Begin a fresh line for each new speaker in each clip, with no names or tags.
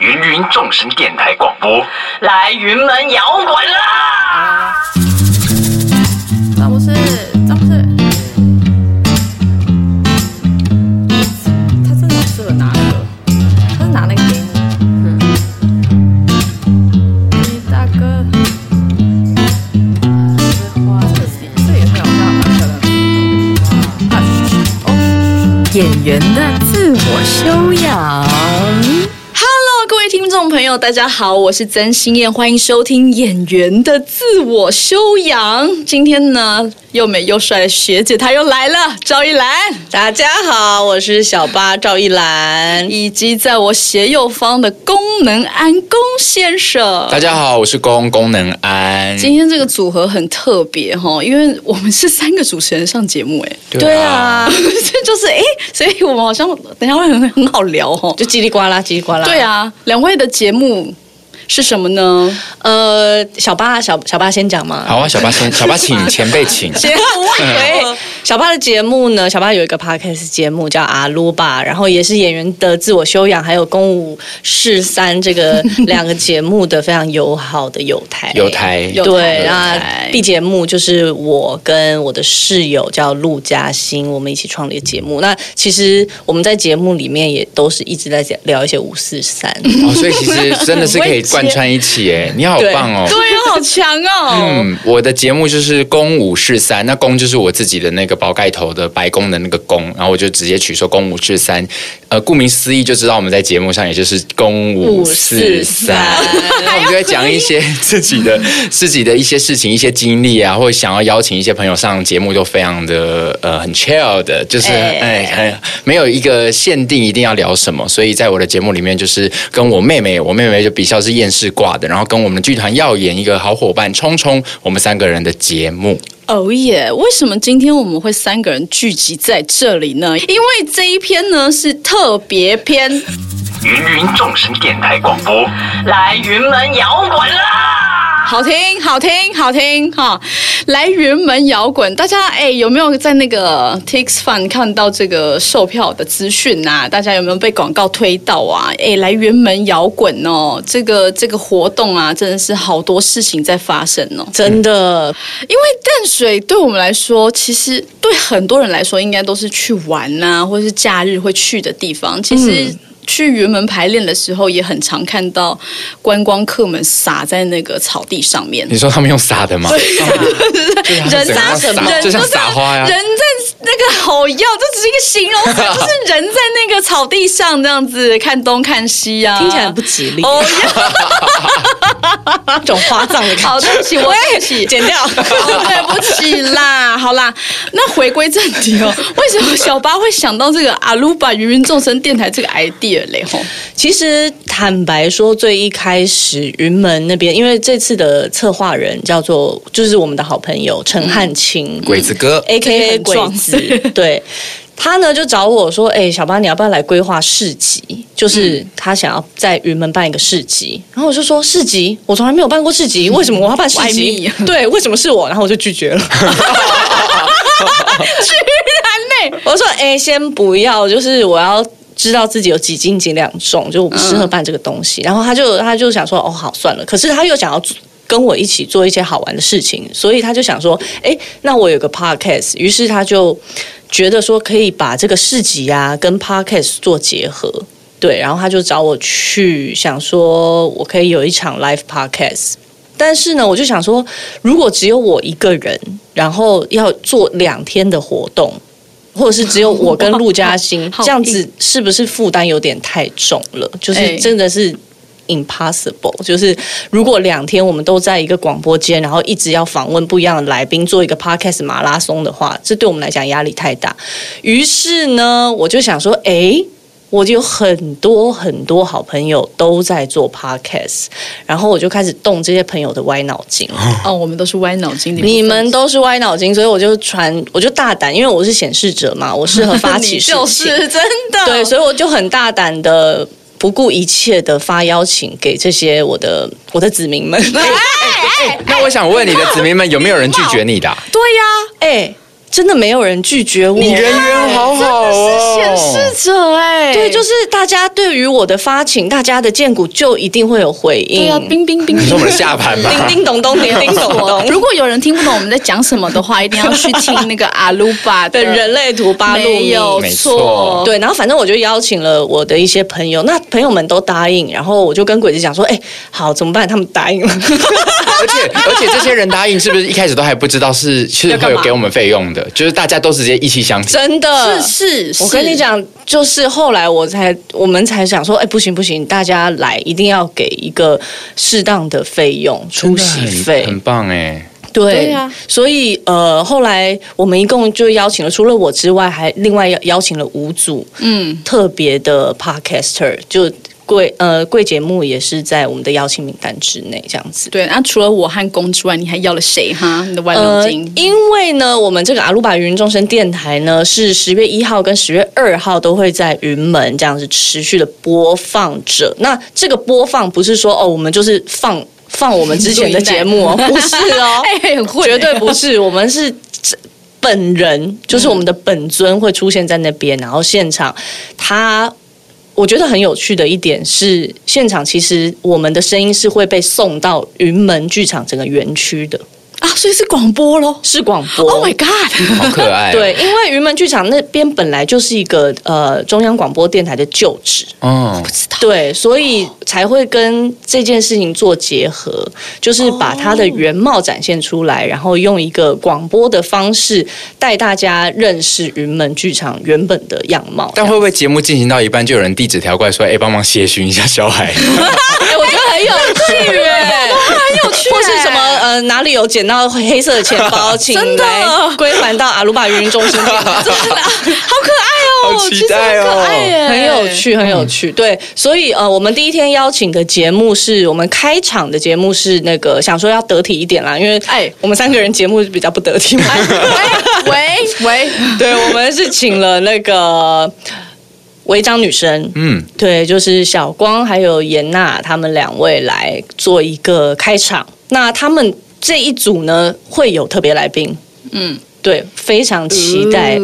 芸芸众生电台广播，
来云门摇滚啦！
詹姆斯，詹姆斯，他真的很适合拿那个，他是拿那个给你。你大哥，这个是这也很有办法的。啊嘘嘘嘘哦
演员的自我修养。
Hello，各位听众朋友，大家好，我是曾心燕，欢迎收听《演员的自我修养》。今天呢，又美又帅的学姐她又来了，赵一兰，
大家好，我是小八赵一兰。
以及在我斜右方的功能安宫先生。
大家好，我是公功能安。
今天这个组合很特别哈，因为我们是三个主持人上节目，哎，
对啊，
这 就是哎，所以我们好像等一下会很很好聊哈。
就叽里呱啦，叽里呱啦。
对，啊，两位的节目是什么呢？
呃，小八，小小八先讲嘛。
好啊，小八 先，小八请前辈请。
节目，对，小八的节目呢，小八有一个 podcast 节目叫阿鲁巴，然后也是演员的自我修养，还有公舞试三这个两个节目的非常友好的友台。
有。台
有
对，
友
那
台
B 节目就是我跟我的室友叫陆嘉欣，我们一起创立的节目。那其实我们在节目里面也都是一直在讲聊一些五四三，
哦，所以其实真的是可以贯穿一起 诶，你好棒哦。
对啊，好强哦。
嗯，我的节目就是公五是三，那公就是我自己的那个包盖头的白宫的那个公，然后我就直接取说公五是三，呃，顾名思义就知道我们在节目上也就是公五四三， 然后我们就会讲一些 自己的自己的一些事情、一些经历啊，或者想要邀请一些朋友上节目，都非常的呃很 chill 的，就是哎哎没有一个限定一定要聊什么，所以在我的节目里面就是跟我妹妹，我妹妹就比较是厌世挂的，然后跟我们剧团耀眼一个好伙伴冲冲，我们三个人的节目，
哦耶！为什么今天我们会三个人聚集在这里呢？因为这一篇呢是特别篇，
芸芸众生电台广播，
来云门摇滚啦！
好听，好听，好听哈！来云门摇滚，大家哎有没有在那个 Tix Fun 看到这个售票的资讯啊？大家有没有被广告推到啊？哎，来云门摇滚哦，这个这个活动啊，真的是好多事情在发生哦。
真的
因为淡水对我们来说，其实对很多人来说，应该都是去玩呐、或者是假日会去的地方。其实去云门排练的时候，也很常看到观光客们撒在那个草地上面。
你说他们用撒的吗？
人
对啊整个
撒
像
什么？人
就像
都在
撒花呀、
人在那个吼药，这只是一个形容词，就是人在那个草地上这样子看东看西啊，
听起来很不吉利。
哦，
那种花 葬的感觉。
好，对不起， 我对不起，
剪掉。
哦对不起啦，好啦，那回归正题哦，为什么小八会想到这个阿鲁巴芸芸众生电台这个 idea 嘞？吼，
其实坦白说，最一开始云门那边，因为这次的策划人叫做就是我们的好朋友陈汉卿，
鬼子哥
A 嗯 K A
很
鬼
壮
子， 对。他呢就找我说：“哎、小八，你要不要来规划市集？就是他想要在云门办一个市集。”然后我就说：“市集，我从来没有办过市集，为什么我要办市集
嗯？
对，为什么是我？”然后我就拒 绝了。
居然嘞，
我说：“哎、先不要，就是我要知道自己有几斤几两重，就我不适合办这个东西。然后他就他就想说：“哦，好，算了。”可是他又想要做跟我一起做一些好玩的事情，所以他就想说：“哎、那我有个 podcast。”于是他就觉得说可以把这个市集啊跟 podcast 做结合。对，然后他就找我去，想说我可以有一场 live podcast，但是呢，我就想说，如果只有我一个人，然后要做两天的活动，或者是只有我跟陆嘉欣
好
这样子，是不是负担有点太重了？
哎
就是真的是 impossible。就是如果两天我们都在一个广播间，然后一直要访问不一样的来宾，做一个 podcast 马拉松的话，这对我们来讲压力太大。于是呢，我就想说，诶，我就有很多很多好朋友都在做 podcast，然后我就开始动这些朋友的歪 脑筋。
哦，我们都是歪脑筋的部分，
你们都是歪脑筋，所以我就传，我就大胆，因为我是显示者嘛，我适合发起
你
事情。
就是真的，
对，所
以
以我就很大胆的。不顾一切的发邀请给这些我的我的子 民们，
哎
哎那我想问你的子民们有没有人拒绝你的啊、
对呀、
哎、真的没有人拒绝我。
你人缘好好哦，
显示者哎、
对，就是大家对于我的发情，大家的荐股就一定会有回应。
对啊，冰冰冰
你
冰
说我们的下盘吧。
叮叮咚咚， 叮叮咚
我
咚。
如果有人听不懂我们在讲什么的话，一定要去听那个阿鲁巴
的人类图八路
没有
没
错
错，
对，然后反正我就邀请了我的一些朋友，那朋友们都答应，然后我就跟鬼子讲说，哎、好，怎么办？他们答应了，
而且而且这些人答应是不是一开始都还不知道是是
干
会
嘛
有给我们费用的？就是大家都直接一起相挺。
真的
是是，
我跟你
是，
讲，就是后来我才我们才想说，哎、不行不行，大家来一定要给一个适当的费用，出席费
很。很棒 哎！
对
对啊
所以呃，后来我们一共就邀请了，除了我之外，还另外邀邀请了五组
嗯，
特别的 podcaster，就贵呃贵节目也是在我们的邀请名单之内，这样子。
对。那除了我和公之外，你还要了谁哈？你的万
呃
能金，
因为呢，我们这个阿鲁巴云众生电台呢，是十月一号跟十月二号都会在云门这样子持续的播放着。那这个播放不是说哦，我们就是放放我们之前的 节目哦，
录音带
不是哦，
哎很会
绝对不是，我们是本人，就是我们的本尊会出现在那边，然后现场他。我觉得很有趣的一点是，现场其实我们的声音是会被送到云门剧场整个园区的，
啊，所以是广播喽。
是广播。
Oh my god！
好可爱哦。
对，因为云门剧场那边本来就是一个呃中央广播电台的旧址，
哦
嗯，
对，所以才会跟这件事情做结合，就是把它的原貌展现出来，然后用一个广播的方式带大家认识云门剧场原本的样 貌。
但会不会节目进行到一半，就有人递纸条过来说：“哎，帮忙协寻一下小 孩。
哎，我觉得很有趣耶，
啊
很有趣，或是什么呃哪里有捡到黑色的钱 包，请
真的
来归还到阿鲁巴云中 心店。
好可爱哦，
好期待
其实
哦
很可爱耶，
很有。趣，很有趣。对，所以呃，我们第一天邀请的节目是我们开场的节目是那个想说要得体一点啦，因为
哎
哎，我们三个人节目比较不得体嘛。
喂喂喂，
对，我们是请了那个违章女生”，
嗯，
对，就是小光还有严娜他们两位来做一个开场。那他们这一组呢，会有特别来宾，
嗯，
对，非常期待。
哦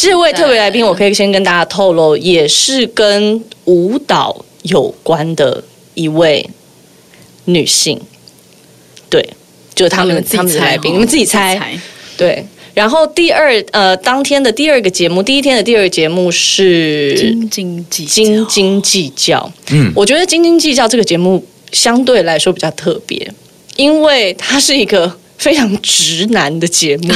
这位特别来宾，我可以先跟大家透露，也是跟舞蹈有关的一位女性。对，就是他们他们的
哦
来宾，你们哦自己猜。对，然后第二呃，当天的第二个节目，第一天的第二个节目是
斤斤计较
斤斤计较。
嗯
我觉得斤斤计较这个节目相对来说比较特别，因为它是一个。非常直男的节 目，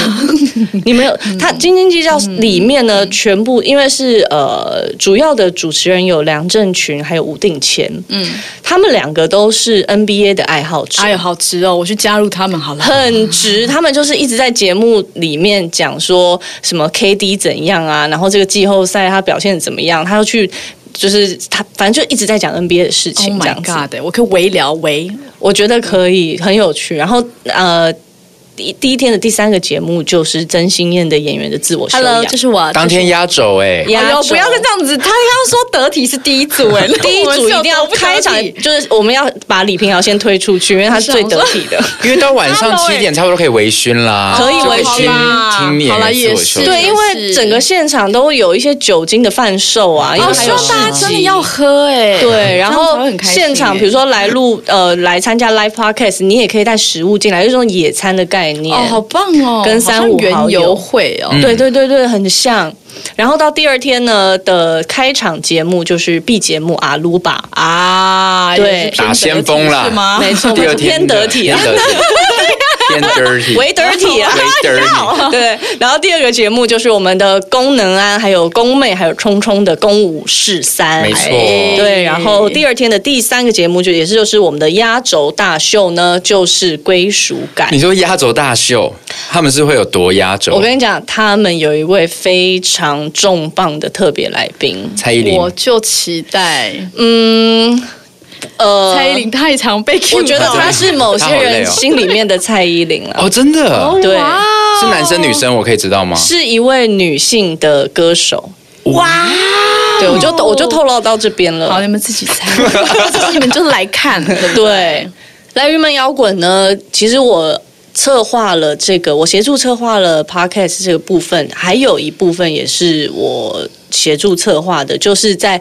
你们有他《斤斤计较》里面呢，全部因为是呃主要的主持人有梁振群还有吴定谦，嗯，他们两个都是 NBA 的爱好者，
哎呦，好值哦！我去加入他们好了。
很直，他们就是一直在节目里面讲说什么 KD 怎样啊，然后这个季后赛他表现得怎么样，他要去。就是他，反正就一直在讲 NBA 的事
Oh
情，这
my
样子。
god！我可以微聊微
我觉得可以，很有趣。然后呃，第第一天的第三个节目就是曾心燕的演员的自我修养。
，Hello，这是我。
当天压轴哎，
压
哎呦，
轴
不要再这样子！他要说得体是第一组哎，
第一组一 定要开场，就是我们要把李平遥先推出去，因为他是最得体的。
因为到晚上
Hello，哎
七点差不多可以微醺啦，
欸可以
就
微醺
听听演
好啦
员自
也
我
是
修
对，因为
是
整个现场都有一些酒精的贩售啊，因为
我哦
还
希
有
望大家
市
真的
集
要喝哎。
对，
这样
然
才
后
会很开心
现场
哎
比如说来录呃来参加 live podcast，你也可以带食物进来，就是这种野餐的概念。
哦，好棒哦，
跟三五
好像
好
园
友
游会
嗯
哦。
对对对对，很像。然后到第二天呢的开场节目就是 B 节目阿鲁巴，
啊，
对
也是偏
打先锋啦
得体是 吗？
没 错，
第二
我们是
天
偏
的
得体啊，
偏得体 偏 dirty，
为 dirty 啊。
为 dirty，
对，然后第二个节目就是我们的功能啊，还有宫妹，还有冲冲的攻五士三，
没错
哎对，然后第二天的第三个节目就也是就是我们的压轴大秀呢，就是归属感
你。说压轴大秀，他们是会有多压轴？
我跟你讲，他们有一位非常重磅的特别来宾，
蔡依林，
我就期待
嗯，呃，
蔡依，林太常被 Q，
我觉得
了
她是某些人心里面的蔡依林 啊了、
哦，真的
对，
是男生女生，我可以知道吗？
是一位女性的歌手。
哇，
对，我就
哦
我就透露到这边了。
好，你们自己 猜，你们就来看，对不对
对，来云门摇滚呢，其实我策划了这个，我协助策划了 podcast 这个部分，还有一部分也是我协助策划的，就是在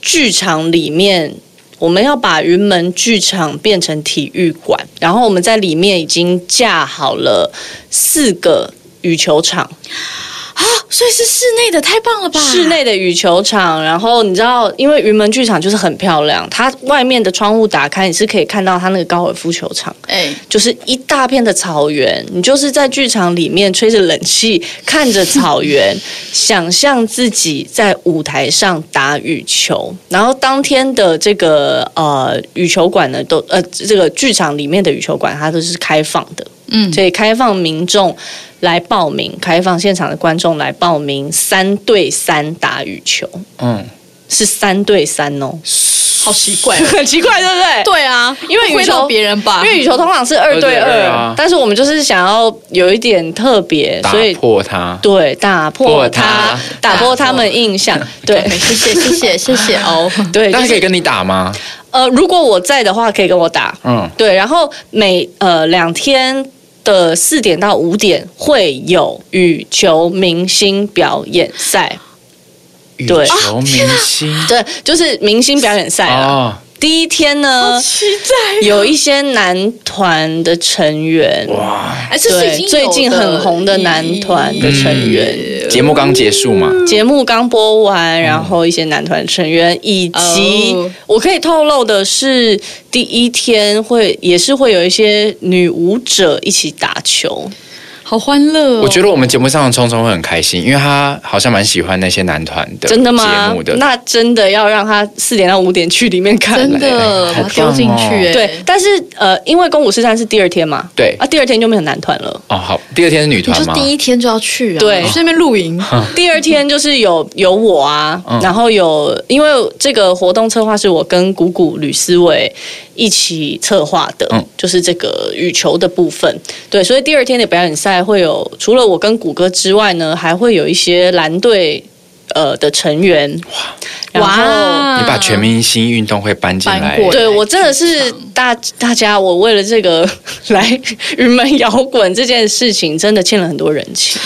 剧场里面。我们要把云门剧场变成体育馆，然后我们在里面已经架好了四个羽球场，
所以是室内的，太棒了吧！
室内的羽球场，然后你知道，因为云门剧场就是很漂亮，它外面的窗户打开，你是可以看到它那个高尔夫球场，
哎，
就是一大片的草原。你就是在剧场里面吹着冷气，看着草原，想象自己在舞台上打羽球。然后当天的这个呃羽球馆呢，都呃这个剧场里面的羽球馆，它都是开放的。
嗯，
所以开放民众来报名，开放现场的观众来报名，三对三打羽球，
嗯，
是三对三哦，
好奇 怪哦。
很奇怪，对不对？
对啊，
因为羽
会
球
到别人吧，
因为羽球通常是二对
二
二、
对二啊
但是我们就是想要有一点特别，
打
所以
破它。
对打破
破
他
它，
打破他们印象， 对
哎 谢谢谢谢谢谢 哦。
对，
但
就是
可以
是
跟你打吗？
呃，如果我在的话，可以跟我打，
嗯，
对，然后每呃两天的四点到五点会有羽球明星表演赛，
羽
对啊
球明星
对，就是明星表演赛啦。
哦，
第一天呢，
期待
有一些男团的成员，
哇，
哎，这是已
对，
经
最
有
近
的嗯
很红的男团的成员。
嗯节目刚结束嘛，
节目刚播完，然后一些男团成员，以及
嗯哦
我可以透露的是，第一天会也是会有一些女舞者一起打球，
好欢乐哦。
我觉得我们节目上的聪聪会很开心，因为他好像蛮喜欢那些男团的
真的吗
节目的？
那真的要让他四点到五点去里面看
真
了。
的
好
把它丢进
棒哦
去哎。
对，但是呃，因为公五十三是第二天嘛，
对
啊，第二天就没有男团了。
哦，好，第二天是女
你
团
就
吗？
第一天就要去啊，
对
去那边露营，
第二天就是有有我啊，
嗯
然后有因为这个活动策划是我跟谷谷吕思维一起策划的，
嗯
就是这个羽球的部分。对，所以第二天的表演赛会有除了我跟谷歌之外呢，还会有一些蓝队呃的成员。然后。
哇！
你把全明星运动会搬进来
啊搬，过来
对我真的是大大家，我为了这个 来云门摇滚这件事情，真的欠了很多人情。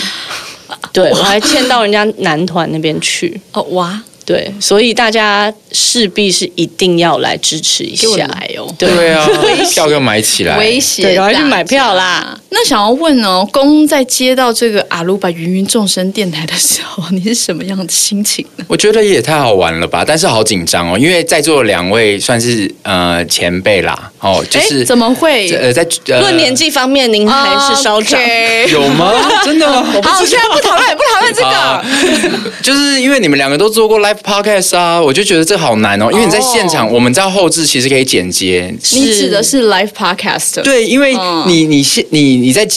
对我还欠到人家男团那边去。
哦哇，
对，所以大家势必是一定要来支持一
给我
下，
来哦。
对
对 啊，票给我买起来，
威胁，
对赶快去买票啦！
啊那想要问哦，公在接到这个阿鲁巴芸芸众生电台的时候， 你是什么样的心情呢？
我觉得也太好玩了吧，但是好紧张哦，因为在座两位算是呃前辈啦，哦，就是
诶哎怎么会哦
呃在呃
论年纪方面，您还是稍长。
OK
有吗？ 真的吗？
好，现在不讨论，不讨论这
啊
个。，
就是因为你们两个都做过 live podcast 啊，我就觉得这好难哦，因为你在现场，我们在后置其实可以剪接，
你指的是 live podcast？，
对，因为
嗯
你你现你你在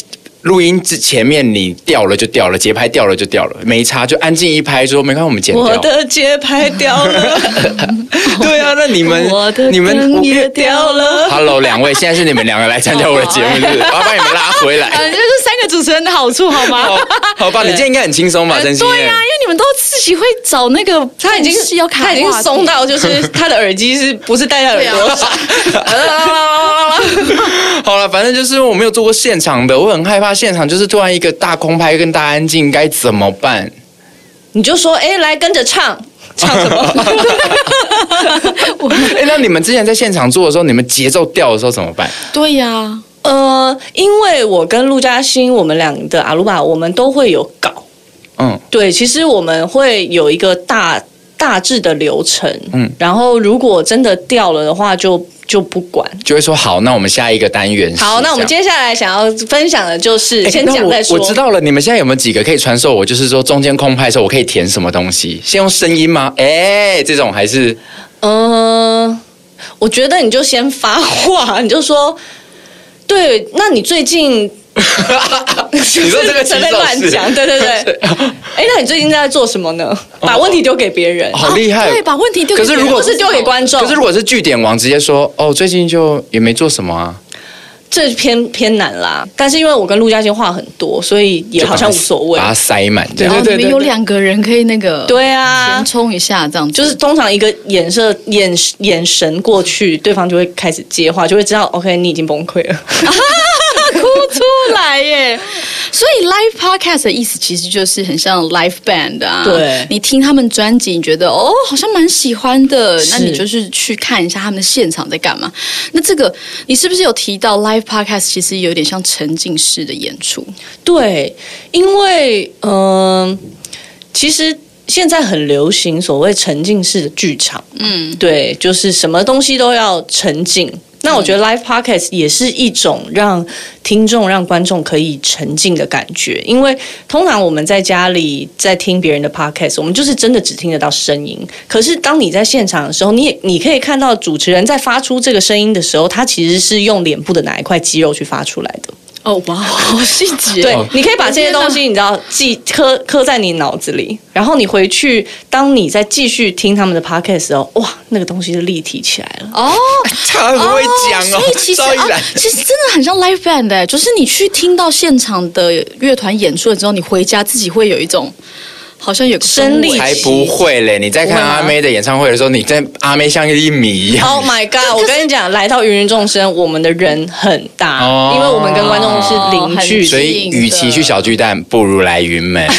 录音之前面你掉了就掉了，节拍掉了就掉了，没差，就安静一拍说没关系，我们剪掉。
我的节拍掉 了，
对啊，那你们
我的
你们
灯
我
也掉了。
Hello，两位，现在是你们两个来参加我的节 目，是不是？我要把你们拉回来。
呃，这是三个主持人的好处，好吗？
好，好吧，你今天应该很轻松吧，
呃
真心。
对呀、
啊
因为你们都自己会找那个，
他已经
是要卡话
他
题，
已经松到，就是他的耳机是不是戴在耳朵上？
啊
好了，反正就是我没有做过现场的，我很害怕现场就是突然一个大空拍跟大安静，该怎么 办？
你就说，哎，来跟着唱，唱 什么？
哎，那你们之前在现场做的时候，你们节奏掉的时候怎么办？
对呀、
呃，因为我跟陆嘉欣，我们俩的阿鲁巴，我们都会有稿。
嗯，
对，其实我们会有一个大大致的流程，嗯
嗯，
然后如果真的掉了的话就，就不管。
就会说好，那我们下一个单元是
好，那我们
这样
接下来想要分享的就是、
哎
先
那
讲
我
再说。
我知道了，你们现在有没有几个可以传授我？就是说中间空拍的时候，我可以填什么东西？先用声音吗？哎，这种还是
嗯、我觉得你就先发话， 你就说，对，那你 最近。你
你说这个
随便
骑手
乱
是
讲，对对对。 哎，那你最近在做什么呢？
哦
把问题丢给别人，
好厉害，
啊对，把问题丢给
可是如
别
果
人
不是丢给啊观众。
可是如果是据点王直接说哦，最近就也没做什么啊，
这偏偏难啦，但是因为我跟陆嘉欣话很多，所以也好像无所谓
把。它塞满这
然
样。
后你们有两个人可以那个
对啊
填，充一下，这样子
就是通常一个眼色、眼眼神过去，对方就会开始接话，就会知道 OK，你已经崩溃了。
哭出来耶。所以 live podcast 的意思其实就是很像 live band 啊。
对
你听他们专辑，你觉得哦，好像蛮喜欢的，那
是
你就是去看一下他们的现场在干嘛。那这个你是不是有提到 live podcast 其实有点像沉浸式的演出？
对，因为嗯、呃其实现在很流行所谓沉浸式的剧场，嗯，对，就是什么东西都要沉浸。那我觉得 live podcast 也是一种让听众、让观众可以沉浸的感觉，因为通常我们在家里在听别人的 podcast，我们就是真的只听得到声音。可是当你在现场的时候，你也你可以看到主持人在发出这个声音的时候，他其实是用脸部的哪一块肌肉去发出来的。
哦，哇，好细节。
对
哦，
你可以把这些东西，你知道记刻刻在你脑子里，然后你回去，当你再继续听他们的 podcast 的时候，哇，那个东西就立体起来了。
哦，
他 很会讲
所
哦，
以其实
赵一
啊
然，
其实真的很像 live band 哎、就是你去听到现场的乐团演出了之后，你回家自己会有一种好像有个氛围
身临
才不会嘞！你在看阿妹的演唱会的时候，你在阿妹像一粒米一样。
Oh my god！我跟你讲，来到芸芸众生，我们的人很大，
哦
因为我们跟观众是邻
很
居。
近
所以，与其去小巨蛋，不如来云门。
啊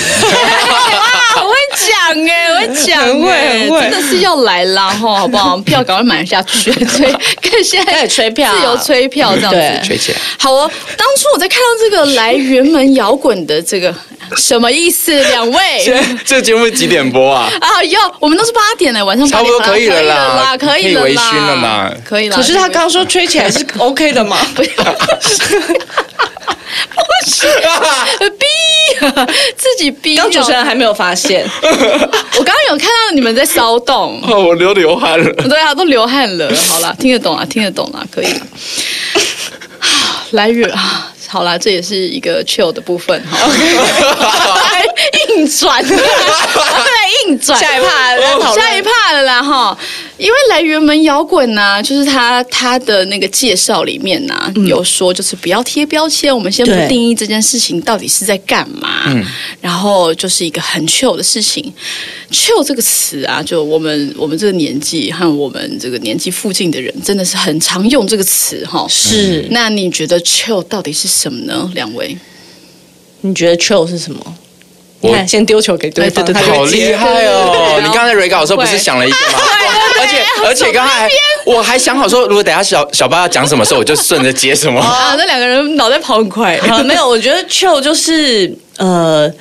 我会讲哎、 我会讲、欸，
很会很会
真的是要来啦吼，好不好？票赶快买下 去，对，跟现在
开始吹票
自由吹票这样
对
子。
吹起来，
好哦，当初我在看到这个来云门摇滚的这个什么意思？两 位
这节目几点播啊？
啊，要我们都是八点了，晚上八
差不
点
多可以了
啦，
啦
可以
可
了啦，可以
以微醺了啦
可以了。
可是他刚说吹起来是 OK 的嘛？
不要，不是 逼自己逼哦。
刚主持人还没有发现，
我刚刚有看到你们在骚动，
哦，我流流汗了。
对啊，都流汗了。好啦，听得懂啊，听得懂啊，可以啦。 来月啊，好啦，这也是一个 chill 的部分哈。硬转，对，硬转。
下一趴再讨论
下一趴了啦哈。因为来源门摇滚呢、就是他他的那个介绍里面呢、有说就是不要贴标签，我们先不
嗯对
定义这件事情到底是在干嘛。
嗯
然后就是一个很 chill 的事情。chill 这个词啊，就我们我们这个年纪和我们这个年纪附近的人，真的是很常用这个词哈。
是
那你觉得 chill 到底是什么呢？两位？
你觉得 chill 是什么？
我
你看，先丢球给对
哎
方，
对对
他就
好
会接
厉害哦！
对
你刚才在 re 稿的时候不是想了一个吗？而且而且刚才还我还想好说，如果等一下小小巴要讲什么时候，我就顺着接什么。
啊，那两个人脑袋跑很 快。
啊，没有，我觉得 chill 就是呃，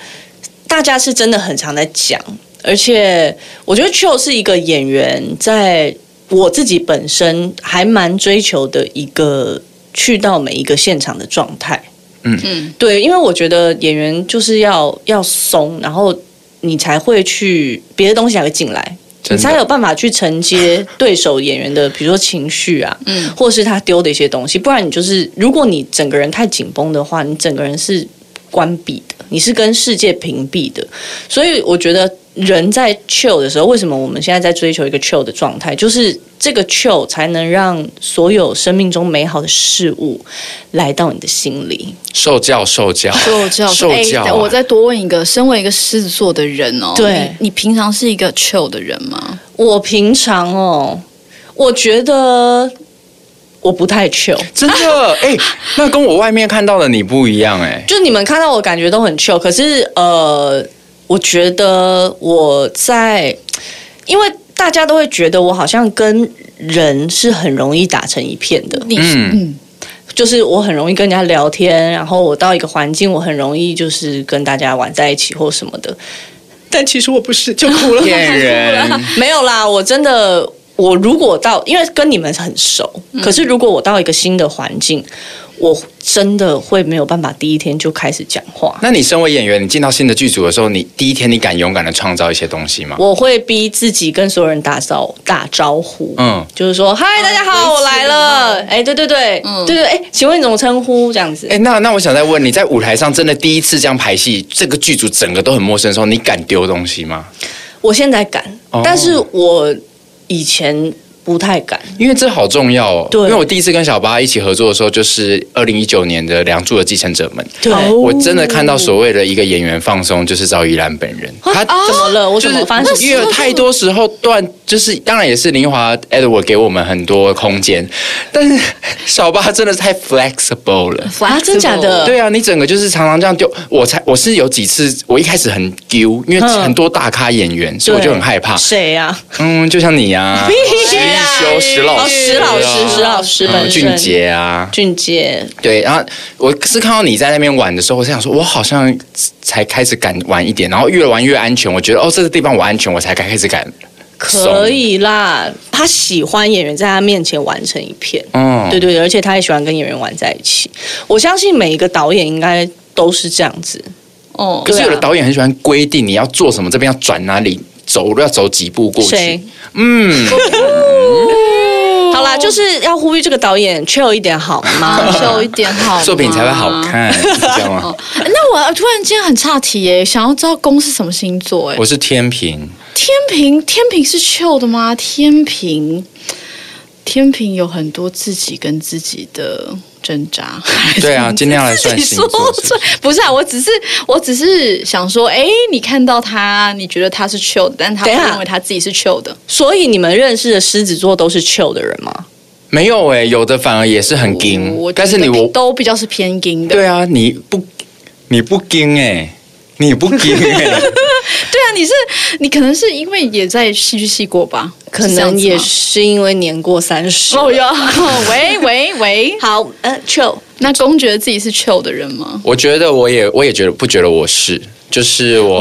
大家是真的很常在讲，而且我觉得 chill 是一个演员在我自己本身还蛮追求的一个去到每一个现场的状态。
嗯
嗯，
对，因为我觉得演员就是要要松，然后你才会去别的东西才会进来。你
真
才有
的，
办法去承接对手演员的，比如说情绪啊，嗯，或是他丢的一些东西。不然你就是，如果你整个人太紧绷的话，你整个人是关闭的，你是跟世界屏蔽的。所以我觉得人在 chill 的时候，为什么我们现在在追求一个 chill 的状态，就是这个 chill 才能让所有生命中美好的事物来到你的心里。
受教受教
受教，
受教啊
哎，我再多问一个，身为一个狮子座的人哦，
对
你，你平常是一个 chill 的人吗？
我平常哦，我觉得我不太 chill。
真的哎，那跟我外面看到的你不一样哎。
就你们看到我感觉都很 chill，可是呃，我觉得我在，因为大家都会觉得我好像跟人是很容易打成一片的，
你是
嗯
嗯，
就是我很容易跟人家聊天，然后我到一个环境，我很容易就是跟大家玩在一起或什么的。但其 实我不是，就哭了。
骗人，
没有啦，我真的，我如果到，因为跟你们很熟，可是如果我到一个新的环境，我真的会没有办法第一天就开始讲话。
那你身为演员，你进到新的剧组的时候，你第一天你敢勇敢的创造一些东西吗？
我会逼自己跟所有人打招打招呼，
嗯
就是说嗨，大家好，我来了，哎，对对对，对对，哎，请问你怎么称呼？这样子
哎、，那那我想再问，你在舞台上真的第一次这样排戏，这个剧组整个都很陌生的时候，你敢丢东西吗？
我现在敢
哦，
但是我以前不太敢，
因为这好重要哦。
对
因为我第一次跟小巴一起合作的时候，就是二零一九年的《梁祝的继承者们》。
对，
我真的看到所谓的一个
哦
演员放松，就是赵一兰本人。他
怎么了？我
就
怎
是
么发生什么
因为
事？
太多时候段就是当然也是林奕华 Edward 给我们很多空间，但是小巴真的是太 flexible 了。
啊，真假的？
对啊，你整个就是常常这样丢。我才我是有几次，我一开始很丢，因为
嗯
很多大咖演员，所
对，
以我就很害怕。
谁呀？
嗯，就像你 啊，石一修、石老
哦，
师、啊嗯
石老师，石老师本身，
俊，杰啊，
俊杰，
对，然后我是看到你在那边玩的时候，我是想说，我好像才开始敢玩一点，然后越玩越安全，我觉得哦，这个地方我安全，我才开始敢。
可以啦，他喜欢演员在他面前玩成一片，
嗯
对对对，而且他也喜欢跟演员玩在一起。我相信每一个导演应该都是这样子，
哦，
可是有
对
的
啊
导演很喜欢规定你要做什么，这边要转哪里，走要走几步过
谁
去。嗯，
好啦，就是要呼吁这个导演 chill 一点好吗？
秀啊一点好，
作品才会好。看，
啊
是这 样
哦
吗？
那我突然间很岔题耶，想要知道公是什么星座？哎
我，是天平，
天平，天平是 chill 的吗？天平，天平有很多自己跟自己的挣扎。
对啊，今天要来算
你
星
说
座，是
对，不是啊，我只是我只是想说，哎，你看到他，你觉得他是 chill 的，但他不
等一下
认为他自己是 chill 的。
所以你们认识的狮子座都是 chill 的人吗？
没有哎、有的反而也是很
哦我
硬，但是你
觉得
我
都比较是偏硬的。
对啊，你不你不硬哎、你不硬哎、
对啊，你是你可能是因为也在戏剧系过吧，
可
是这样
能
子吗
也是因为年过三十。
哦哟，喂喂喂，
好，呃，chill，
那公觉得自己是 chill 的人吗？
我觉得我也我也觉得不觉得我是，就是 我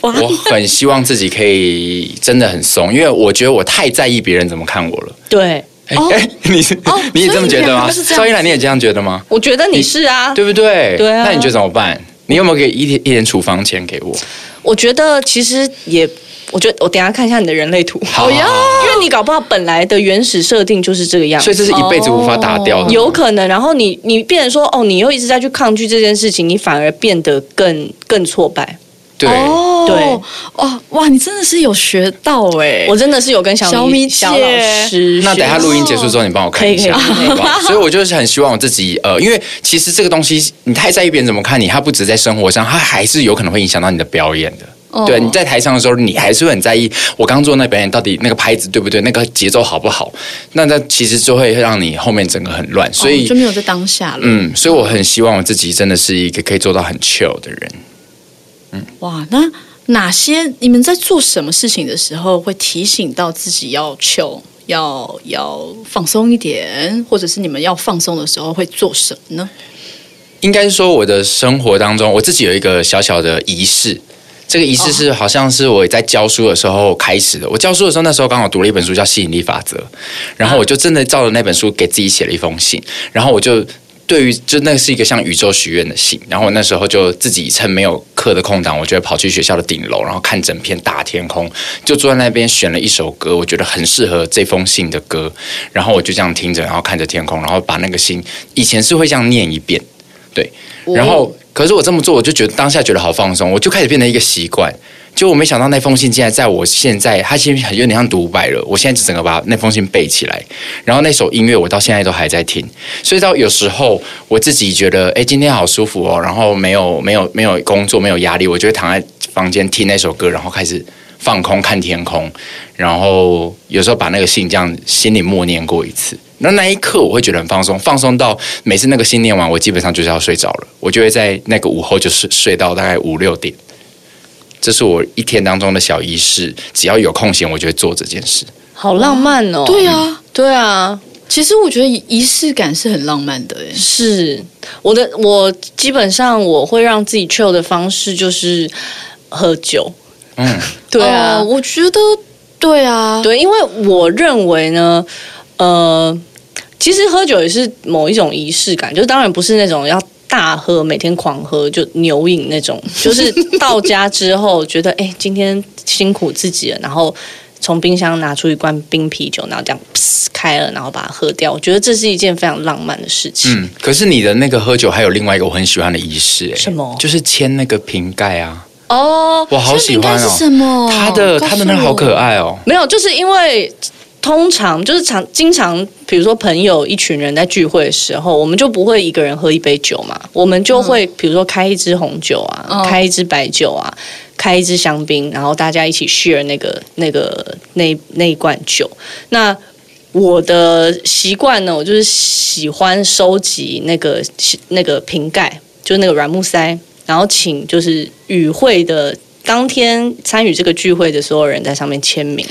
我很希望自己可以真的很松，因为我觉得我太在意别人怎么看我了。
对，
哎、哎你是、
哦
你也这么觉得
所以你们
吗？
都是这样子
赵一兰，你也这样觉得吗？
我觉得你是啊，
对不对？
对啊
那你觉得怎么办？你有没有给一点一点处方钱给我？
我觉得其实也，我觉得我等一下看一下你的人类图，
好呀，
因为你搞不好本来的原始设定就是这个样
所
子
以。这是一辈子无法打掉的。
哦有可能，然后你你变成说哦，你又一直在去抗拒这件事情，你反而变得更更挫败。
对，
哦
对
哦，哇，你真的是有学到哎、
我真的是有跟小
小米
米
姐
小老师学，
那等一下录音结束之后，你帮我看一下，
可以可以可以
好不好？所以我就是很希望我自己，呃，因为其实这个东西，你太在意别人怎么看你，它不止在生活上，它还是有可能会影响到你的表演的。
哦
对，你在台上的时候，你还是会很在意我刚做那表演到底那个拍子对不对，那个节奏好不好？那那其实就会让你后面整个很乱。所
哦
以
就，没有在当下了。
嗯，所以我很希望我自己真的是一个可以做到很 chill 的人。
哇，那哪些你们在做什么事情的时候会提醒到自己要 chill，要要放松一点，或者是你们要放松的时候会做什么呢？
应该是说我的生活当中，我自己有一个小小的仪式。这个仪式是好像是我在教书的时候开始的。我教书的时候，那时候刚好读了一本书叫《吸引力法则》，然后我就真的照着那本书给自己写了一封信，然后我就。对于，就那是一个向宇宙许愿的信，然后我那时候就自己趁没有课的空档，我就会跑去学校的顶楼，然后看整片大天空，就坐在那边选了一首歌，我觉得很适合这封信的歌，然后我就这样听着，然后看着天空，然后把那个信，以前是会这样念一遍，对，然后可是我这么做，我就觉得当下觉得好放松，我就开始变成一个习惯。就我没想到那封信竟然在我现在，它其实很有点像独白了。我现在就整个把那封信背起来，然后那首音乐我到现在都还在听。所以到有时候我自己觉得，哎，今天好舒服哦，然后没有没有没有工作，没有压力，我就会躺在房间听那首歌，然后开始放空看天空，然后有时候把那个信这样心里默念过一次。那那一刻我会觉得很放松，放松到每次那个信念完，我基本上就是要睡着了，我就会在那个午后就睡睡到大概五六点。这是我一天当中的小仪式，只要有空闲，我就会做这件事。
好浪漫哦。
对啊，
对啊，
其实我觉得仪式感是很浪漫的哎、
是我的，我基本上我会让自己 chill 的方式就是喝酒。
嗯，
对啊
哦，我觉得对啊，
对，因为我认为呢，呃，其实喝酒也是某一种仪式感，就是当然不是那种要大喝，每天狂喝就牛饮那种，就是到家之后觉得哎、今天辛苦自己了，然后。从冰箱拿出一罐冰啤酒，然后这样噗开了，然后把它喝掉。我觉得这是一件非常浪漫的事情。
嗯，可是你的那个喝酒还有另外一个我很喜欢的仪式、哎，
什么
就是签那个瓶盖啊，
哦、
我好喜
这应
欢
该是
哦。
什么？
他的
告诉
他的那个好可
我。
爱哦，
没有，就是因为通常就是常经常，比如说朋友一群人在聚会的时候，我们就不会一个人喝一杯酒嘛，我们就会、比如说开一支红酒啊，
嗯
开一支白酒啊，开一支香槟，然后大家一起 share 那个那个那那一罐酒。那我的习惯呢，我就是喜欢收集那个那个瓶盖，就是那个软木塞，然后请就是与会的当天参与这个聚会的所有人在上面签名。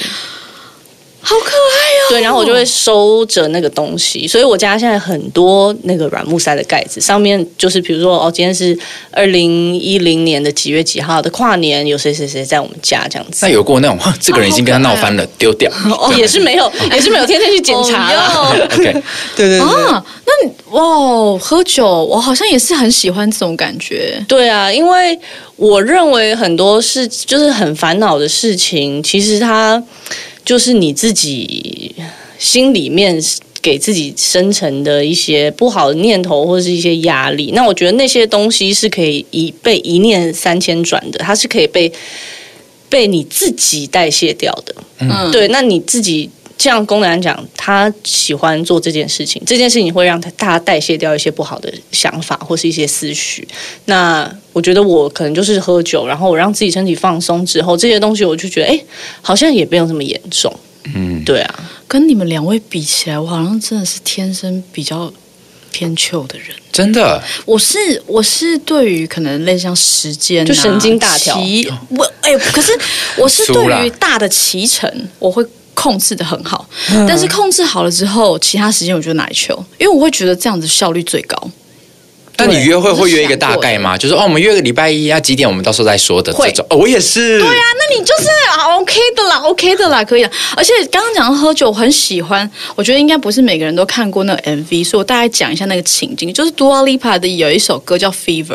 好可爱哦。
对，然后我就会收着那个东西，所以我家现在很多那个软木塞的盖子，上面就是比如说哦，今天是二零一零年的几月几号的跨年，有谁谁谁在我们家这样子
那。有过 那种，哼这个人已经跟他闹翻了，丢掉。
哦，也是没有，也是没有天天去检查啦。
哦哟
OK，
对对
啊，那你哇，喝酒我好像也是很喜欢这种感觉。
对啊，因为我认为很多事就是很烦恼的事情，其实它就是你自己心里面给自己生成的一些不好的念头或是一些压力。那我觉得那些东西是可以一被一念三千转的，它是可以被被你自己代谢掉的。
嗯，
对，那你自己像龚南讲，他喜欢做这件事情，这件事情会让他他代谢掉一些不好的想法或是一些思绪。那我觉得我可能就是喝酒，然后我让自己身体放松之后，这些东西我就觉得，哎，好像也没有这么严重。
嗯，
对啊，
跟你们两位比起来，我好像真的是天生比较偏旧的人。
真的，
我是我是对于可能类似像时间、啊、
就神经大条
骑我哎、可是我是
输啦
对于大的骑程，我会控制的很好，
嗯
但是控制好了之后，其他时间我就拿来求，因为我会觉得这样子效率最高。
那你约会
我是
会约一个
想
大
过
概吗？就是哦，我们约个礼拜一啊，几点？我们到时候再说的
会
这种。哦，我也是。对
对啊，那你就是啊 OK 的啦，OK 的啦，可以的。而且刚刚讲到喝酒，我很喜欢，我觉得应该不是每个人都看过那个 MV，所以我大概讲一下那个情境，就是 Dua Lipa 的有一首歌叫 Fever，、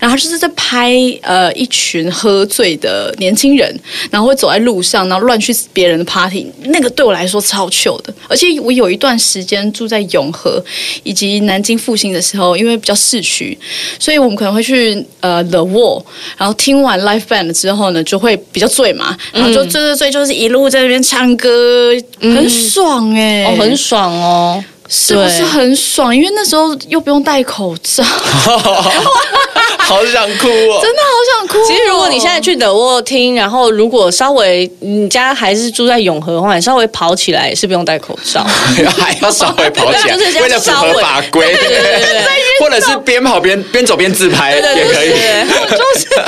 然后他就是在拍呃一群喝醉的年轻人，然后会走在路上，然后乱去别人的 party，那个对我来说超糗的。而且我有一段时间住在永和以及南京复兴的时候，因为比较市区，所以我们可能会去呃 The Wall，然后听完 l i v e band 了之后呢，就会比较醉嘛，然后就醉醉醉，就是一路在那边唱歌，很爽哎、
哦，很爽哦。
是不是
对
很爽？因为那时候又不用戴口罩，
好想哭 哦。
真的好想哭哦、
其实如果你现在去德沃听，然后如果稍微你家还是住在永和的话，你稍微跑起来也是不用戴口罩。
还要稍微跑 起来，
啊就是这样
为了符
稍微
合法规， 或者是边跑边边走边自拍
对
也可以，
对对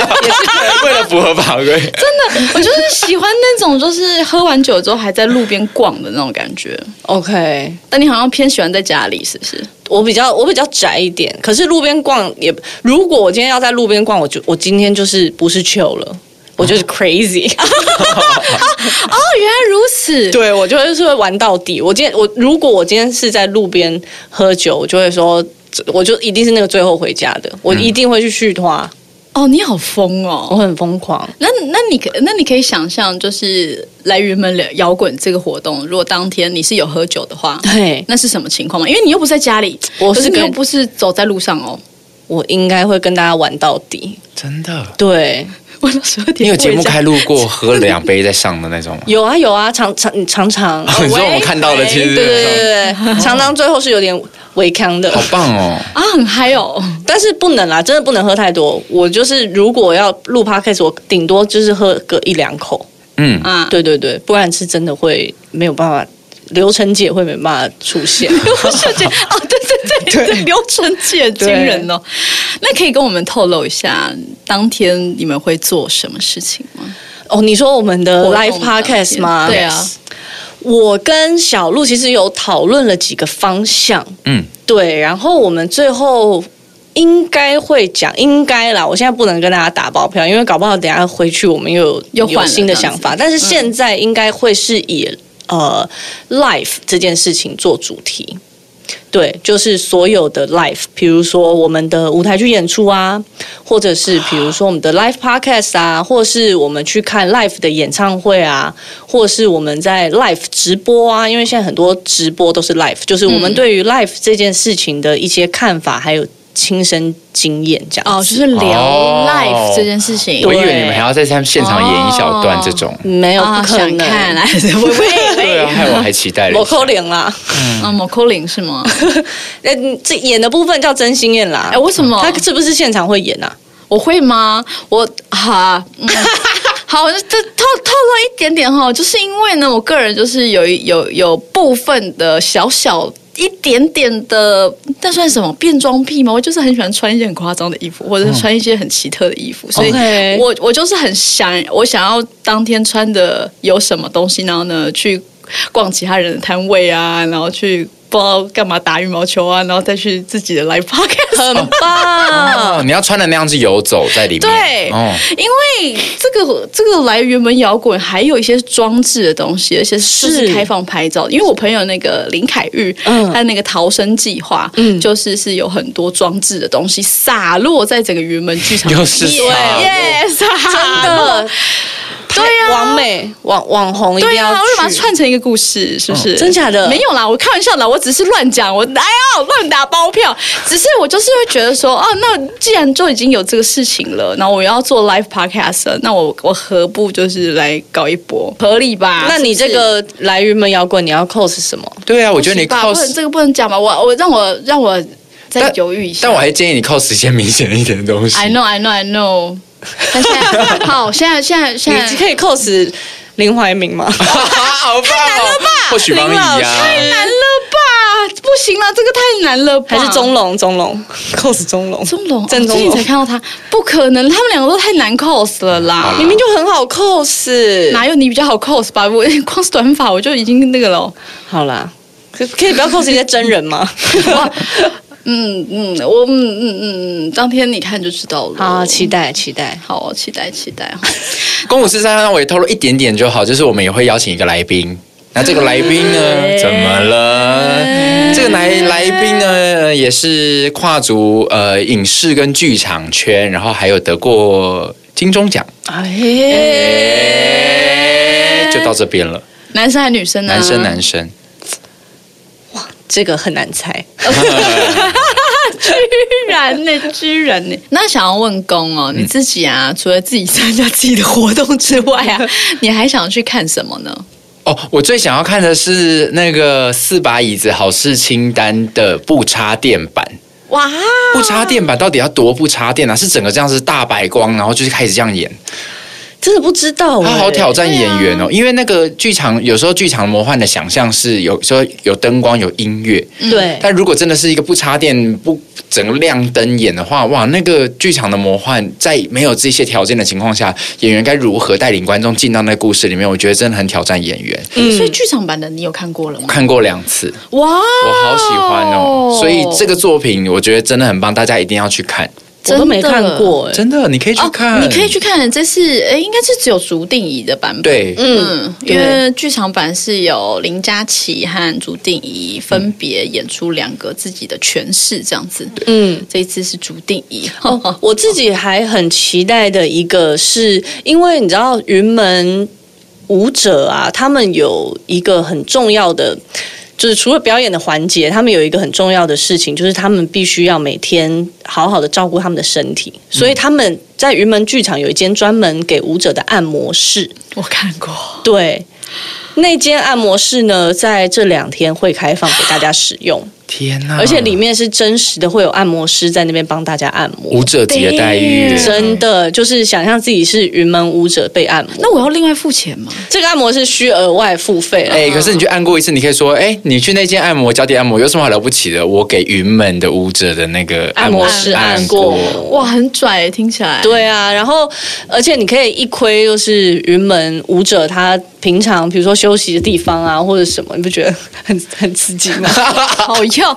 为了符合法规。
我就是喜欢那种，就是喝完酒之后还在路边逛的那种感觉。
，OK。
但你好像偏喜欢在家里，是不是？
我比较我比较宅一点，可是路边逛也，如果我今天要在路边逛，我就我今天就是不是 chill 了，我就是 crazy，、
哦，原来如此。
对我就是会玩到底。我今天我如果我今天是在路边喝酒，我就会说，我就一定是那个最后回家
嗯
的，我一定会去续团，
哦，你好疯
我
哦。
很疯狂。
那那你可那你可以想象，就是来云门聊摇滚这个活动，如果当天你是有喝酒的话，
对，
那是什么情况吗？因为你又不是在家里，
我
可
是
是你
跟
又不是走在路上哦。
我应该会跟大家玩到底。
真 的，
对，
我到十二点
你有节目
回家
开录过喝了两杯再上的那 种吗？
有啊有啊，常常常常，
哦你说我们看到的其实
对对对对，常常最后是有点违抗的。
好棒哦！
啊，很嗨哦。
但是不能啦，真的不能喝太多。我就是如果要录 podcast，我顶多就是喝个一两口。
嗯，
啊，
对对对，不然是真的会没有办法，刘晨姐会没办法出现。
瞬 间哦，对对对，对刘春姐惊人哦。那可以跟我们透露一下，当天你们会做什么事情吗？
哦，你说我们的
活动
live
当天
podcast 吗？
对啊，
我跟小鹿其实有讨论了几个方向。
嗯，
对，然后我们最后。应该会讲，应该啦。我现在不能跟大家打包票，因为搞不好等一下回去我们又有
又换了
有新的
这样
想
子嗯
法。但是现在应该会是以、呃 life 这件事情做主题。对，就是所有的 live，比如说我们的舞台剧演出啊，或者是比如说我们的 live podcast 啊，或是我们去看 live 的演唱会啊，或是我们在 live 直播啊，因为现在很多直播都是 live，就是我
嗯
们对于 live 这件事情的一些看法，还有亲身经验这样子。
哦，就是聊
哦
life 这件事情。
我以为
对哦
你们还要在他们现场演一小段这种。
没有
啊，
不可
想
能，
看 来，喂喂
对嗯
喂，
啊，害我还期待了
我
一下。
扣零啦。
啊，某扣零是吗？哎
哎，你这演的部分叫真心演啦。
哎，为什么？
他是不是现场会演啊？
我会吗？我哈，嗯好，这这透透露一点点哈，就是因为呢，我个人就是有一有有部分的小小。一点点的，那算什么变装癖吗？我就是很喜欢穿一些很夸张的衣服，或者是穿一些很奇特的衣服，所以
哦 OK
我我就是很想，我想要当天穿的有什么东西，然后呢去逛其他人的摊位啊，然后去不知道干嘛打羽毛球啊，然后再去自己的 live podcast，
很棒。
哦，你要穿的那样子游走在里面。
对，
哦，
因为这个这个来源门摇滚还有一些装置的东西，而且是就是是开放拍照的。因为我朋友那个林凯玉，
嗯
他的那个逃生计划，
嗯
就是是有很多装置的东西洒落在整个云门剧场里面，
又是洒落
耶，洒
真
落
的，
对啊
完美网网红一定
对
要
啊，我就把它
去哦
串成一个故事，是不是？
真假的
没有啦，我开玩笑啦，我只是乱讲，我哎呀乱打包票，只是我就是会觉得说，哦，那既然就已经有这个事情了，然后我要做 live podcast，了那我我何不就是来搞一波，合理吧？
那你
是
这
不是
个来云门摇滚，你要 cos 什么？
对啊，我觉得你
不行吧不能
cos，
这个不能讲吧？我我让我让我再
但
犹豫一下。
但我还建议你 cos 一些明显一点的东西。
I know I know I know，但现在好，现在现在现在
你可以 cos 林怀民 吗？
好棒哦！或许帮你
林老
呀
师。
难了吧？不行了，这个太难了吧？
还是钟龙？钟龙 cos 钟龙，
钟龙，
郑
哦
我
钟
哦最近才
龙，
看到他，不可能，他们两个都太难 cos 了
啊
啦。
明明就很好 cos。
哪有你比较好 cos 吧？我 光是短发我就已经那个了。
好啦，可可以不要 cos 一些真人 吗？
嗯嗯，我嗯嗯嗯嗯，当天你看就知道了。
好，啊期待期待。
好，期待期待。
公五四三，让我也透露一点点就好，就是我们也会邀请一个来宾。那这个来宾呢，怎么了？这个来来宾呢，也是跨足呃影视跟剧场圈，然后还有得过金钟奖，
哎，
就到这边了。
男生还是女生呢？
男生，男生，
这个很难猜。
居然呢、居然呢、那想要问公哦，
嗯
你自己啊，除了自己参加自己的活动之外 啊，你还想去看什么呢？
哦，我最想要看的是那个四把椅子好事清单的不插电版。
哇，
不插电版到底要多不插电啊？是整个这样子大白光，然后就是开始这样演，
真的不知道、欸，
他好挑战演员哦。因为那个剧场有时候剧场魔幻的想象是有时候有灯光有音乐，
对，
但如果真的是一个不插电不整个亮灯演的话，哇，那个剧场的魔幻在没有这些条件的情况下，演员该如何带领观众进到那个故事里面？我觉得真的很挑战演员。
所以剧场版的你有看过了吗？
看过两次，
哇，
我
我
好喜欢哦！所以这个作品我觉得真的很棒，大家一定要去看。
我都没看过、欸，
真的，你可以去看，
哦，你可以去看，这是诶，应该是只有竹定仪的版本。，
对，
嗯，
对
因为剧场版是有林嘉琪和竹定仪分别演出两个自己的诠释，这样子。
嗯。
这一次是竹定仪
哦
哦，，
我自己还很期待的一个是，因为你知道云门舞者啊，他们有一个很重要的，就是除了表演的环节，他们有一个很重要的事情，就是他们必须要每天好好的照顾他们的身体，所以他们在云门剧场有一间专门给舞者的按摩室，
我看过，
对。那间按摩室呢，在这两天会开放给大家使用，
天哪！
而且里面是真实的，会有按摩师在那边帮大家按摩。
舞者级的待遇，
嗯
真的就是想象自己是云门舞者被按摩。
那我要另外付钱吗？
这个按摩是需额外付费 了。
哎、可是你去按过一次，你可以说，哎、你去那间按摩脚底按摩有什么好了不起的？我给云门的舞者的那个
按摩师
师
按
按
过，
哇，很拽，听起来。
对啊，然后而且你可以一窥就是云门舞者他平常比如说休息的地方啊，或者什么，你不觉得很很刺激 吗？
好要，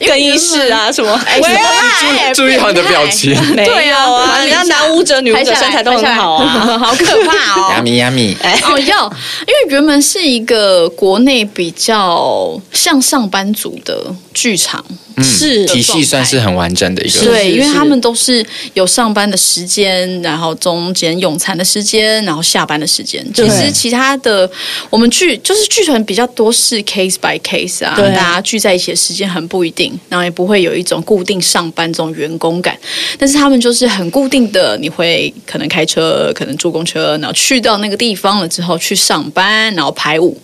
因
更
为
衣室啊什么？
哎
喂
什么
注注意好你的表情。
没
对
有
啊
啊，
等
人
一
家
下
男舞者、女舞
拍
者
下来
身材都很好
拍下
啊
来。 好可怕哦。
亚米亚米，
哦，要，因为原本是一个国内比较像上班族的剧场，
是
嗯体系算是很完整的一个。
对，
是
因为
是
他们都是有上班的时间，然后中间用餐的时间，然后下班的时间。其实其他的，我们剧就是剧团比较多是 case by case 啊，
对
大家聚在一起的时间很不一定，然后也不会有一种固定上班这种员工感。但是他们就是很固定的，你会可能开车，可能坐公车，然后去到那个地方了之后去上班，然后排舞。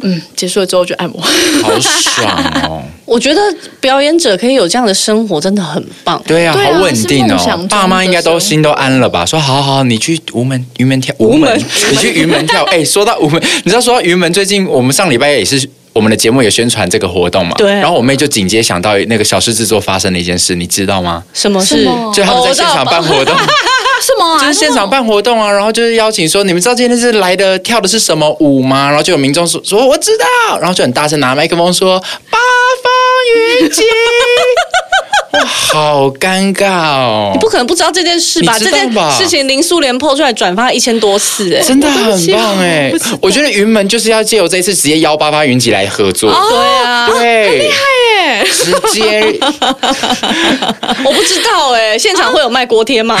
嗯，结束了之后就按摩。
好爽哦！
我觉得表演者可以有这样的生活，真的很棒。
对呀、
对啊
好稳定
是梦想中
哦
的！
爸妈应该都
生
心都安了吧？说好好，你去云门云门跳云门， 你去云 门跳。哎、说到云门，你知道说到云门，最近我们上礼拜也是。我们的节目也宣传这个活动嘛，
对
然后我妹就紧接想到那个小事制作发生的一件事，你知道吗？
什么是
什么
就他们在现场办活动，
哦 什么啊？
就是现场办活动啊，然后就是邀请说，你们知道今天是来的跳的是什么舞吗？然后就有民众说说我知道，然后就很大声拿麦克风说八方云集， 哇，好尴尬哦！
你不可能不知道这件事吧？
你
这
知道
件
吧
事情林素莲 PO 出来转发一千多次、哎，
真的很棒哎、我觉得云门就是要借由这一次直接邀八八云集来合作，
对啊，
对，直接，
我不知道哎、现场会有卖锅贴吗？
啊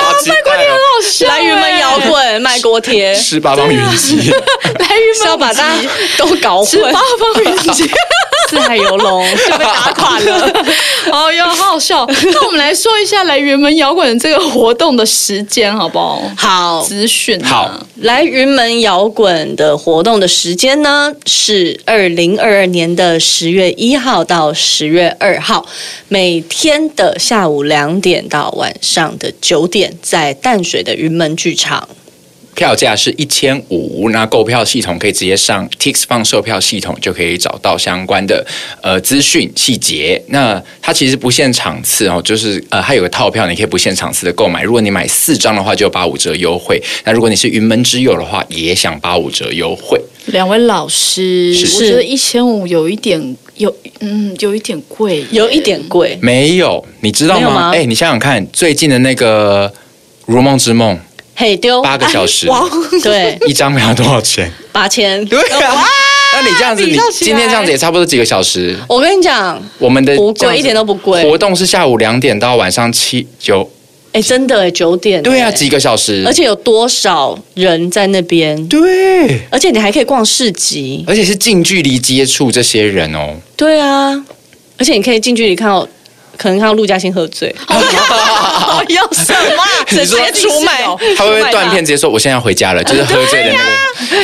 好期待哦！
来云
哎
门摇滚卖锅贴，
吃八方云集，
来云
是要把大家都搞混，
八方云集。
四海游龙 就被打 垮了。
哦哟， 好好 笑。那我们来说一下来云门摇滚这个活动的时间，好不好？
好，
资讯、啊、
好，
来云门摇滚的活动的时间呢是二零二二年的十月一号到十月二号，每天的下午两点到晚上的九点，在淡水的云门剧场。
票价是一千五，那购票系统可以直接上 Tix 放售票系统就可以找到相关的呃资讯细节。那它其实不限场次哦，就是呃它有个套票，你可以不限场次的购买。如果你买四张的话，就有八五折优惠。那如果你是云门之友的话，也享八五折优惠。
两位老师，
是
我觉得一千五有一点有，嗯，有一点贵耶，
有一点贵，
没有，你知道
没有
吗
吗？
哎、你想想看，最近的那个《如梦之梦
嘿丢
八个小时
哎哇 对，》，
一张票多 少钱？
八千。
对啊，那你这样子，
比
你
较起来
今天这样子也差不多几个小时？
我跟你讲，
我们的
不
这样
贵，
子
一点都不贵。
活动是下午两点到晚上七九，
哎，真的哎，九点。
对啊，
哎
几个小时，
而且有多少人在那边？
对，
而且你还可以逛市集。
而且是近距离接触这些人 哦。
对啊，而且你可以近距离看到，可能看到陆嘉欣喝 醉，
要什么？
啊直接哦出卖，
他会不会断片？直接说我现在要回家了？就是喝醉的那个。
啊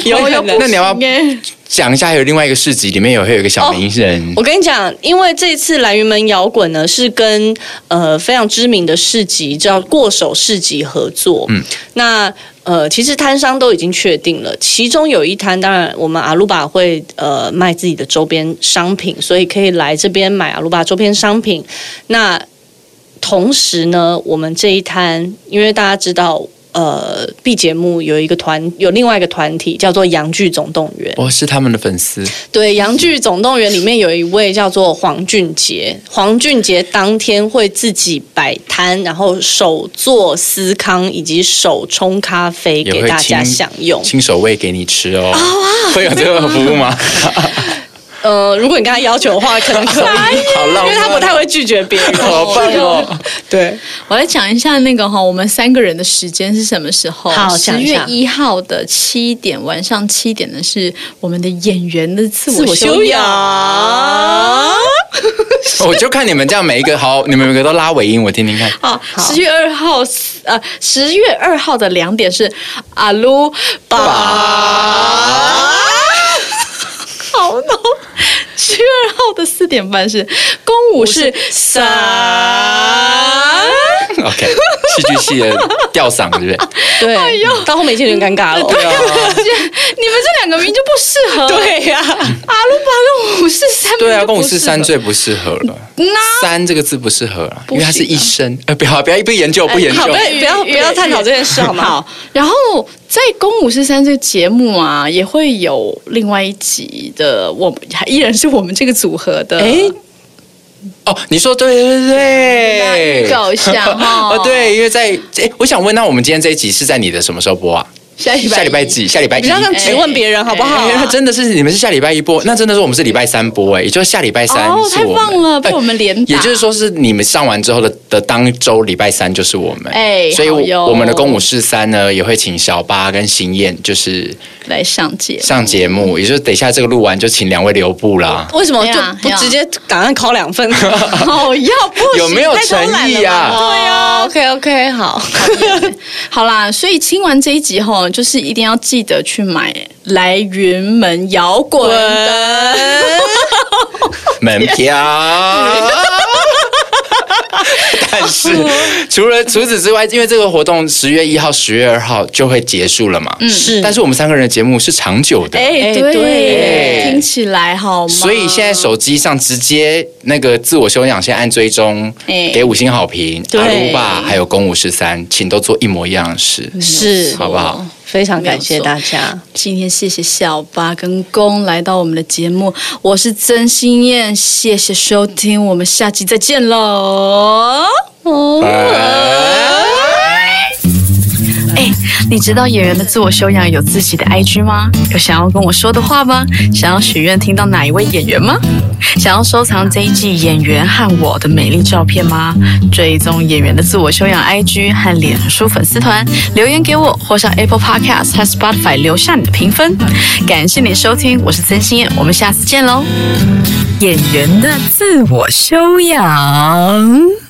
有 可
有
能。
那你要不 要
耶
讲一下？还有另外一个市集里面有会有一个小名人
我，跟你讲，因为这次蓝云门摇滚呢是跟呃非常知名的市集叫过手市集合作，嗯，那呃其实摊商都已经确定了，其中有一摊当然我们阿鲁巴会呃卖自己的周边商品，所以可以来这边买阿鲁巴周边商品。那同时呢，我们这一摊，因为大家知道。呃，B 节目有一个团，有另外一个团体叫做《洋剧总动员》，
我是他们的粉丝。
对，《洋剧总动员》里面有一位叫做黄俊杰，黄俊杰当天会自己摆摊，然后手做司康以及手冲咖啡
也
给
会
大家
亲
享用。
亲手喂给你吃哦。会有这个服务 吗？
呃，如果你跟他要求的话，可能可以，
好浪漫，
因为他不太会拒绝别人。
好棒哦！
对，
我来讲一下那个哈，我们三个人的时间是什么时候？
好
十
讲一
月
下
一号的七点，晚上七点呢是我们的演员的自我修养。
我就看你们这样每一个好，你们每个都拉尾音，我听 听看。
好，十月二号，呃，十月二号的两点是阿鲁巴，好浓。十月二号的四点半是公舞是三，
OK，戏剧系的吊嗓，对不对？
对，到后面已经有点尴尬了。
你们这两个名就不适合。
对呀、
阿鲁巴跟五四三，
对啊，共五四三最不适合了。三这个字不适合了，因为它是一生。呃，不要不要不研究不研究
好，不。要不要不要探讨这件事好吗？
好，然后在《公五十三》这个节目啊，也会有另外一集的，我们依然是我们这个组合的，
哎，
哦，你说对对对
那
对，
搞一下哈
哦，对，因为在哎，我想问，那我们今天这一集是在你的什么时候播啊？
下礼拜
下礼拜几？下礼拜一
你不。要这样质问别人好不好
哎？那真的是你们是下礼拜一播，那真的是我们是礼拜三播哎，也就是下礼拜三
哦，
是
太
我们
棒了，被我们连打，
也就是说，是你们上完之后的的当周礼拜三就是我们，
哎
所以
好哟
我我们的公五四三呢也会请小八跟邢燕就是
来上 节目。
上节 目，也就是等一下这个录完就请两位留步啦。
为什么
哎
就
呀
不
哎呀
直接档案考两 分？
哦，要不行
有没有诚
太偷懒了
意啊
吧对啊。
，OK OK，好，
好啦，所以听完这一集后，就是一定要记得去买来云门摇滚 的。
门 票。但是
哦
除了除此之外，因为这个活动十月一号、十月二号就会结束了嘛，
嗯是
但是我们三个人的节目是长久的。
哎、
哎
对，
对
听起来好吗？哦
所以现在手机上直接那个自我修养，先按追踪，
哎
给五星好评，
对
阿鲁巴还有公五十三，请都做一模一样的事，
是
好不好？
非常感谢大家，
今天谢谢小八跟公来到我们的节目，我是曾心燕，谢谢收听，我们下期再见哦喽。 哎你知道演员的自我修养有自己的 IG 吗？有想要跟我说的话吗？想要许愿听到哪一位演员吗？想要收藏这一季演员和我的美丽照片吗？追踪演员的自我修养 IG 和脸书粉丝团，留言给我，或上 Apple Podcast 和 Spotify 留下你的评分。感谢你的收听，我是曾心燕，我们下次见喽。
演员的自我修养。